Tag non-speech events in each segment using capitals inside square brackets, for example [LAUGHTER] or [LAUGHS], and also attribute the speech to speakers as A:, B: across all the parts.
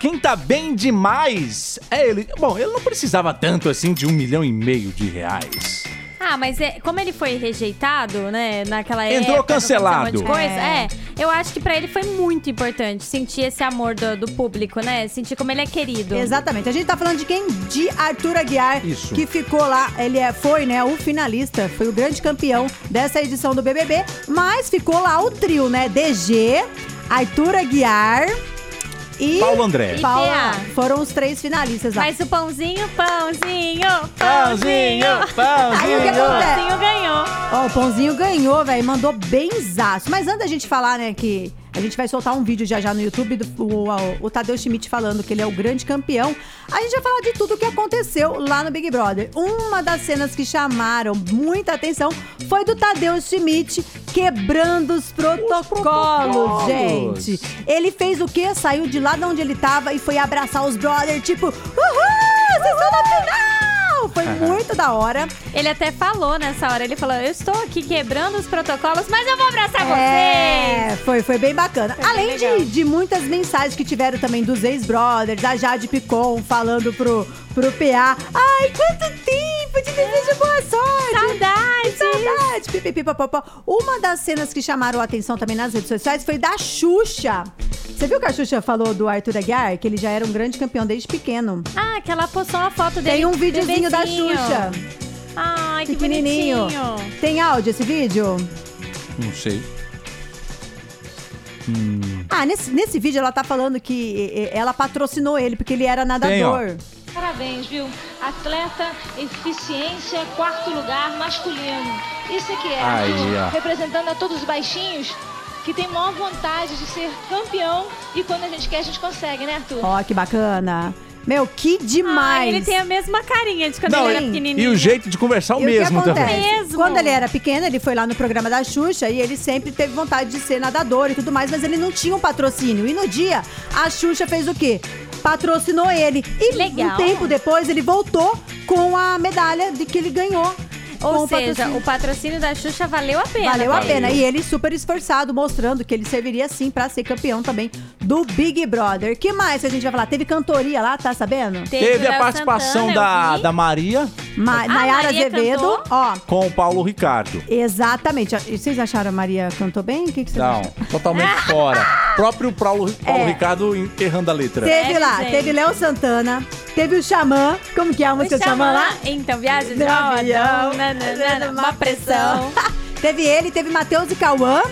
A: Quem tá bem demais é ele. Bom, ele não precisava tanto assim de um milhão e meio de reais.
B: Ah, mas é- como ele foi rejeitado, né, naquela
A: Entrou
B: época, aconteceu
A: cancelado.
B: Um monte de coisa,
C: É.
B: é. eu acho que pra ele foi muito importante sentir esse amor do, do público, né? Sentir como ele é querido.
C: Exatamente. A gente tá falando de quem? De Arthur Aguiar,
A: Isso.
C: que ficou lá. Ele é, foi, né, o finalista, foi o grande campeão dessa edição do BBB, mas ficou lá o trio, né? DG, Arthur Aguiar e
A: Paulo André.
B: E-
C: Paula.
B: Bia.
C: Foram os três finalistas lá.
B: Mas o pãozinho, pãozinho,
A: Pãozinho,
B: pãozinho.
C: Aí o que
A: pãozinho.
C: acontece?
B: pãozinho ganhou.
C: Ó, o Pãozinho ganhou, velho, mandou benzaço. Mas antes da gente falar, né, que a gente vai soltar um vídeo já já no YouTube do o, o- o Tadeu Schmidt falando que ele é o grande campeão, a gente vai falar de tudo o que aconteceu lá no Big Brother. Uma das cenas que chamaram muita atenção foi do Tadeu Schmidt quebrando os protocolos,
A: protocolos.
C: gente. Ele fez o quê? Saiu de lá de onde ele tava e foi abraçar os brothers, tipo, uhul, vocês estão na final! Foi muito da hora.
B: Ele até falou nessa hora, ele falou, eu estou aqui quebrando os protocolos, mas eu vou abraçar vocês.
C: É, foi, foi bem bacana.
B: bem
C: Além de,
B: legal.
C: de muitas mensagens que tiveram também dos ex-brothers, da Jade Picon falando pro, pro PA. Ai, quanto tempo! Te desejo boa sorte!
B: É. Saudades.
C: Saudade! Pipipi, papapó. Uma das cenas que chamaram a atenção também nas redes sociais foi da Xuxa. Você viu que a Xuxa falou do Arthur Aguiar? Que ele já era um grande campeão desde pequeno.
B: Ah, que ela postou uma foto dele.
C: Tem um videozinho da
B: bebezinho.
C: Xuxa.
B: Ai, que
C: pequenininho.
B: bonitinho.
C: Tem áudio esse vídeo?
A: Não sei.
C: Ah, nesse, nesse vídeo ela tá falando que e, e, ela patrocinou ele, porque ele era nadador.
A: Tem,
D: Parabéns, viu? Atleta, eficiência, quarto lugar, masculino. Isso é que é.
A: Aí,
D: viu?
A: ó.
D: Representando a todos os baixinhos que tem maior vontade de ser campeão e quando a gente quer, a gente consegue, né, Arthur?
C: Ó, que bacana. Meu, que demais.
B: Ai, Ah, ele tem a mesma carinha de quando
A: Não,
B: ele era
C: e-
B: pequenininho.
A: E o jeito de conversar é o
C: E
A: mesmo
C: o que acontece?
A: também.
B: Mesmo.
C: Quando ele era pequeno, ele foi lá no programa da Xuxa e ele sempre teve vontade de ser nadador e tudo mais, mas ele não tinha um patrocínio. E no dia, a Xuxa fez o quê? Patrocinou ele. E
B: Legal.
C: um tempo depois, ele voltou com a medalha de que ele ganhou. com
B: Ou
C: o
B: seja,
C: patrocínio.
B: o patrocínio da Xuxa valeu a pena.
C: Valeu a
B: pra ele.
C: pena. E ele super esforçado, mostrando que ele serviria sim pra ser campeão também do Big Brother. que mais que a gente vai falar? Teve cantoria lá, tá sabendo?
A: Teve a
B: Léo
A: participação
B: Santana, eu
A: da,
B: vi.
A: da Maria
C: Ma
B: A
C: Nayara
B: Ah, Maria
C: Azevedo,
B: cantou?
C: ó.
A: com o Paulo Ricardo.
C: Exatamente. E Vocês acharam a Maria cantou bem? O que, que vocês
A: Não,
C: acharam?
A: totalmente
B: [LAUGHS]
A: fora. Próprio Paulo, Paulo Ricardo enterrando a letra.
C: Teve
B: É,
C: lá,
B: gente.
C: teve Léo Santana, teve o Xamã. Como que é a
B: O
C: música do Xamã lá?
B: Então, viagem de
C: No
B: avião,
C: avião,
B: né, nananana, uma pressão.
C: [LAUGHS] teve ele, teve Matheus e Cauã,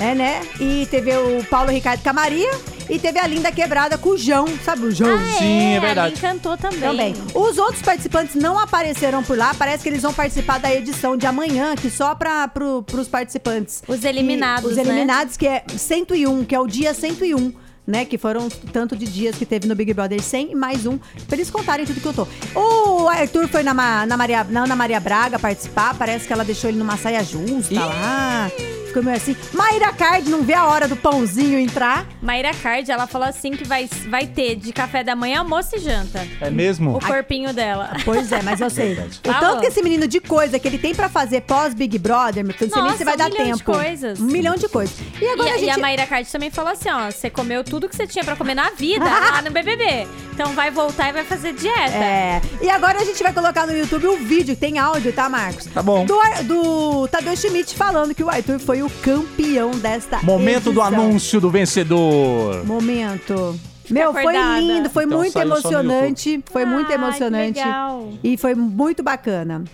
C: é, né? E teve o Paulo Ricardo com a Maria. E teve a Linda Quebrada com o João, sabe o João?
A: Sim, é
B: a
A: verdade.
B: Lin cantou também.
C: Também. Então, Os outros participantes não apareceram por lá. Parece que eles vão participar da edição de amanhã, que só para pro, pros participantes.
B: Os
C: que-
B: eliminados,
C: Os
B: né?
C: eliminados, que é 101, que é o dia 101. Né, que foram tanto de dias que teve no Big Brother 100 e mais um, pra eles contarem tudo que eu tô. O Arthur foi na, Ma- na Maria, na Ana Maria Braga participar, parece que ela deixou ele numa saia justa lá. Ficou meio assim. Mayra Card não vê a hora do pãozinho entrar.
B: Mayra Card, ela falou assim que vai, vai ter de café da manhã, almoço e janta.
A: É mesmo?
B: tá- O corpinho dela.
C: Pois é, mas eu sei.
A: Verdade.
C: O tanto
B: Falou.
C: que esse menino de coisa que ele tem pra fazer pós Big Brother, meu filho, não sei nem
B: Nossa,
C: se vai
B: um
C: dar
B: milhão de
C: tempo.
B: coisas.
C: Um milhão de coisas. E agora
B: e,
C: a
B: e
C: gente.
B: a Mayra Card também falou assim, ó, você comeu tudo que você tinha pra comer na vida lá no BBB. Então vai voltar e vai fazer dieta.
C: É. E agora a gente vai colocar no YouTube o vídeo, tem áudio, tá, Marcos?
A: Tá bom.
C: Do, Ar- do Tadeu Schmidt falando que o Arthur foi o campeão desta.
A: Momento do
C: edição.
A: anúncio do vencedor.
C: Momento. Meu, foi
B: acordada.
C: lindo, foi
A: Então
C: muito
A: saiu só no
C: emocionante. Foi
B: Ai,
C: muito
B: que
C: emocionante.
B: legal.
C: E foi muito bacana.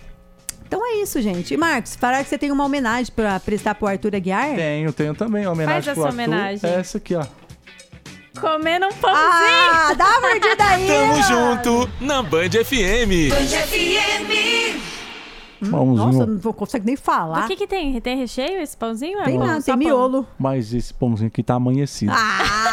C: Então é isso, gente. E Marcos, fará que você tem uma homenagem pra prestar pro Arthur Aguiar?
A: Tenho, tenho também. Uma homenagem
B: É. Faz essa
A: pro Arthur.
B: homenagem.
A: É essa aqui, ó.
B: Comendo um pãozinho.
C: Ah, dá uma mordida aí!
E: Tamo
C: ó.
E: junto na Band FM.
A: Vamos
C: Nossa,
A: um.
C: não vou- consigo nem falar.
B: O que tá que tem? Tem recheio esse pãozinho?
C: Tem
B: amor?
C: nada,
B: Só
C: tem
B: pão.
C: miolo.
A: Mas esse pãozinho aqui tá amanhecido.
C: Ah,